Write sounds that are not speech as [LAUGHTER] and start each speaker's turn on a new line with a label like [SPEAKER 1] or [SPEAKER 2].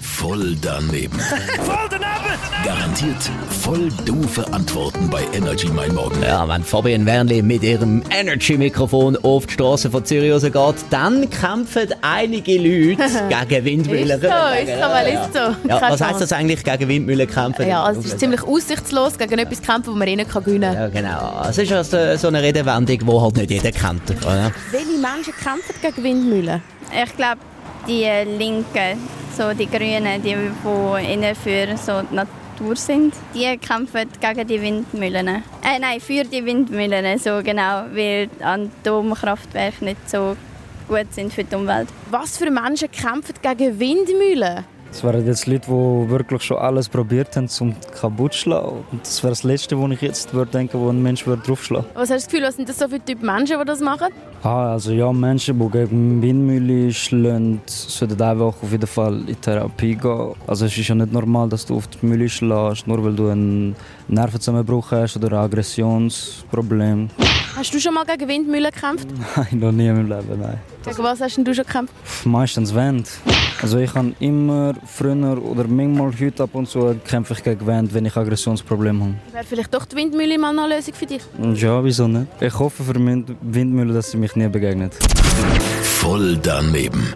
[SPEAKER 1] Voll daneben. Garantiert voll doofe Antworten bei Energy Mein Morgen.
[SPEAKER 2] Ja, wenn Fabian Wernli mit ihrem Energy-Mikrofon auf die Straße von Zürich geht, dann kämpfen einige
[SPEAKER 3] [LAUGHS]
[SPEAKER 2] Leute gegen Windmühlen.
[SPEAKER 3] Ist so, ist so, weil ist so.
[SPEAKER 2] Ja,
[SPEAKER 3] Keine
[SPEAKER 2] was heisst das eigentlich, gegen Windmühlen kämpfen?
[SPEAKER 3] Ja, also es ist ziemlich aussichtslos gegen etwas kämpfen, wo man rein kann gewinnen
[SPEAKER 2] Ja, genau. Es ist also so eine Redewendung, die halt nicht jeder kennt. Oder?
[SPEAKER 4] Welche Menschen kämpfen?
[SPEAKER 3] Gegen Windmühlen.
[SPEAKER 4] Ich glaube, die Linken, so die Grünen, die, die innen für so die Natur sind, die kämpfen gegen die Windmühlen. Äh, nein, für die Windmühlen, so genau, weil die Atomkraftwerke nicht so gut sind für die Umwelt.
[SPEAKER 3] Was für Menschen kämpfen gegen Windmühlen?
[SPEAKER 5] Es waren jetzt Leute, die wirklich schon alles probiert haben, um kaputt zu schlagen. Und das wäre das Letzte, wo ich jetzt würde denken würde, wo ein Mensch würde draufschlagen
[SPEAKER 3] Was hast du das Gefühl, was sind das so viele Typen Menschen, die das machen?
[SPEAKER 5] Ah, also ja, Menschen, die gegen Windmühle schlagen, sollten einfach auf jeden Fall in Therapie gehen. Also es ist ja nicht normal, dass du auf die Mühle schlägst, nur weil du einen Nervenzusammenbruch hast oder ein Aggressionsproblem. [LAUGHS]
[SPEAKER 3] Hast du schon mal gegen Windmühlen gekämpft?
[SPEAKER 5] Nein, noch nie in meinem Leben, nein.
[SPEAKER 3] Gegen was hast denn du schon gekämpft?
[SPEAKER 5] Pff, Meistens Wände. Also ich habe immer früher oder manchmal heute ab und zu kämpfe ich gegen Wände, wenn ich Aggressionsprobleme habe.
[SPEAKER 3] Wäre vielleicht doch die Windmühle mal eine Lösung für dich?
[SPEAKER 5] Ja, wieso nicht? Ich hoffe für Wind- Windmühle, dass sie mich nie begegnet.
[SPEAKER 1] Voll daneben.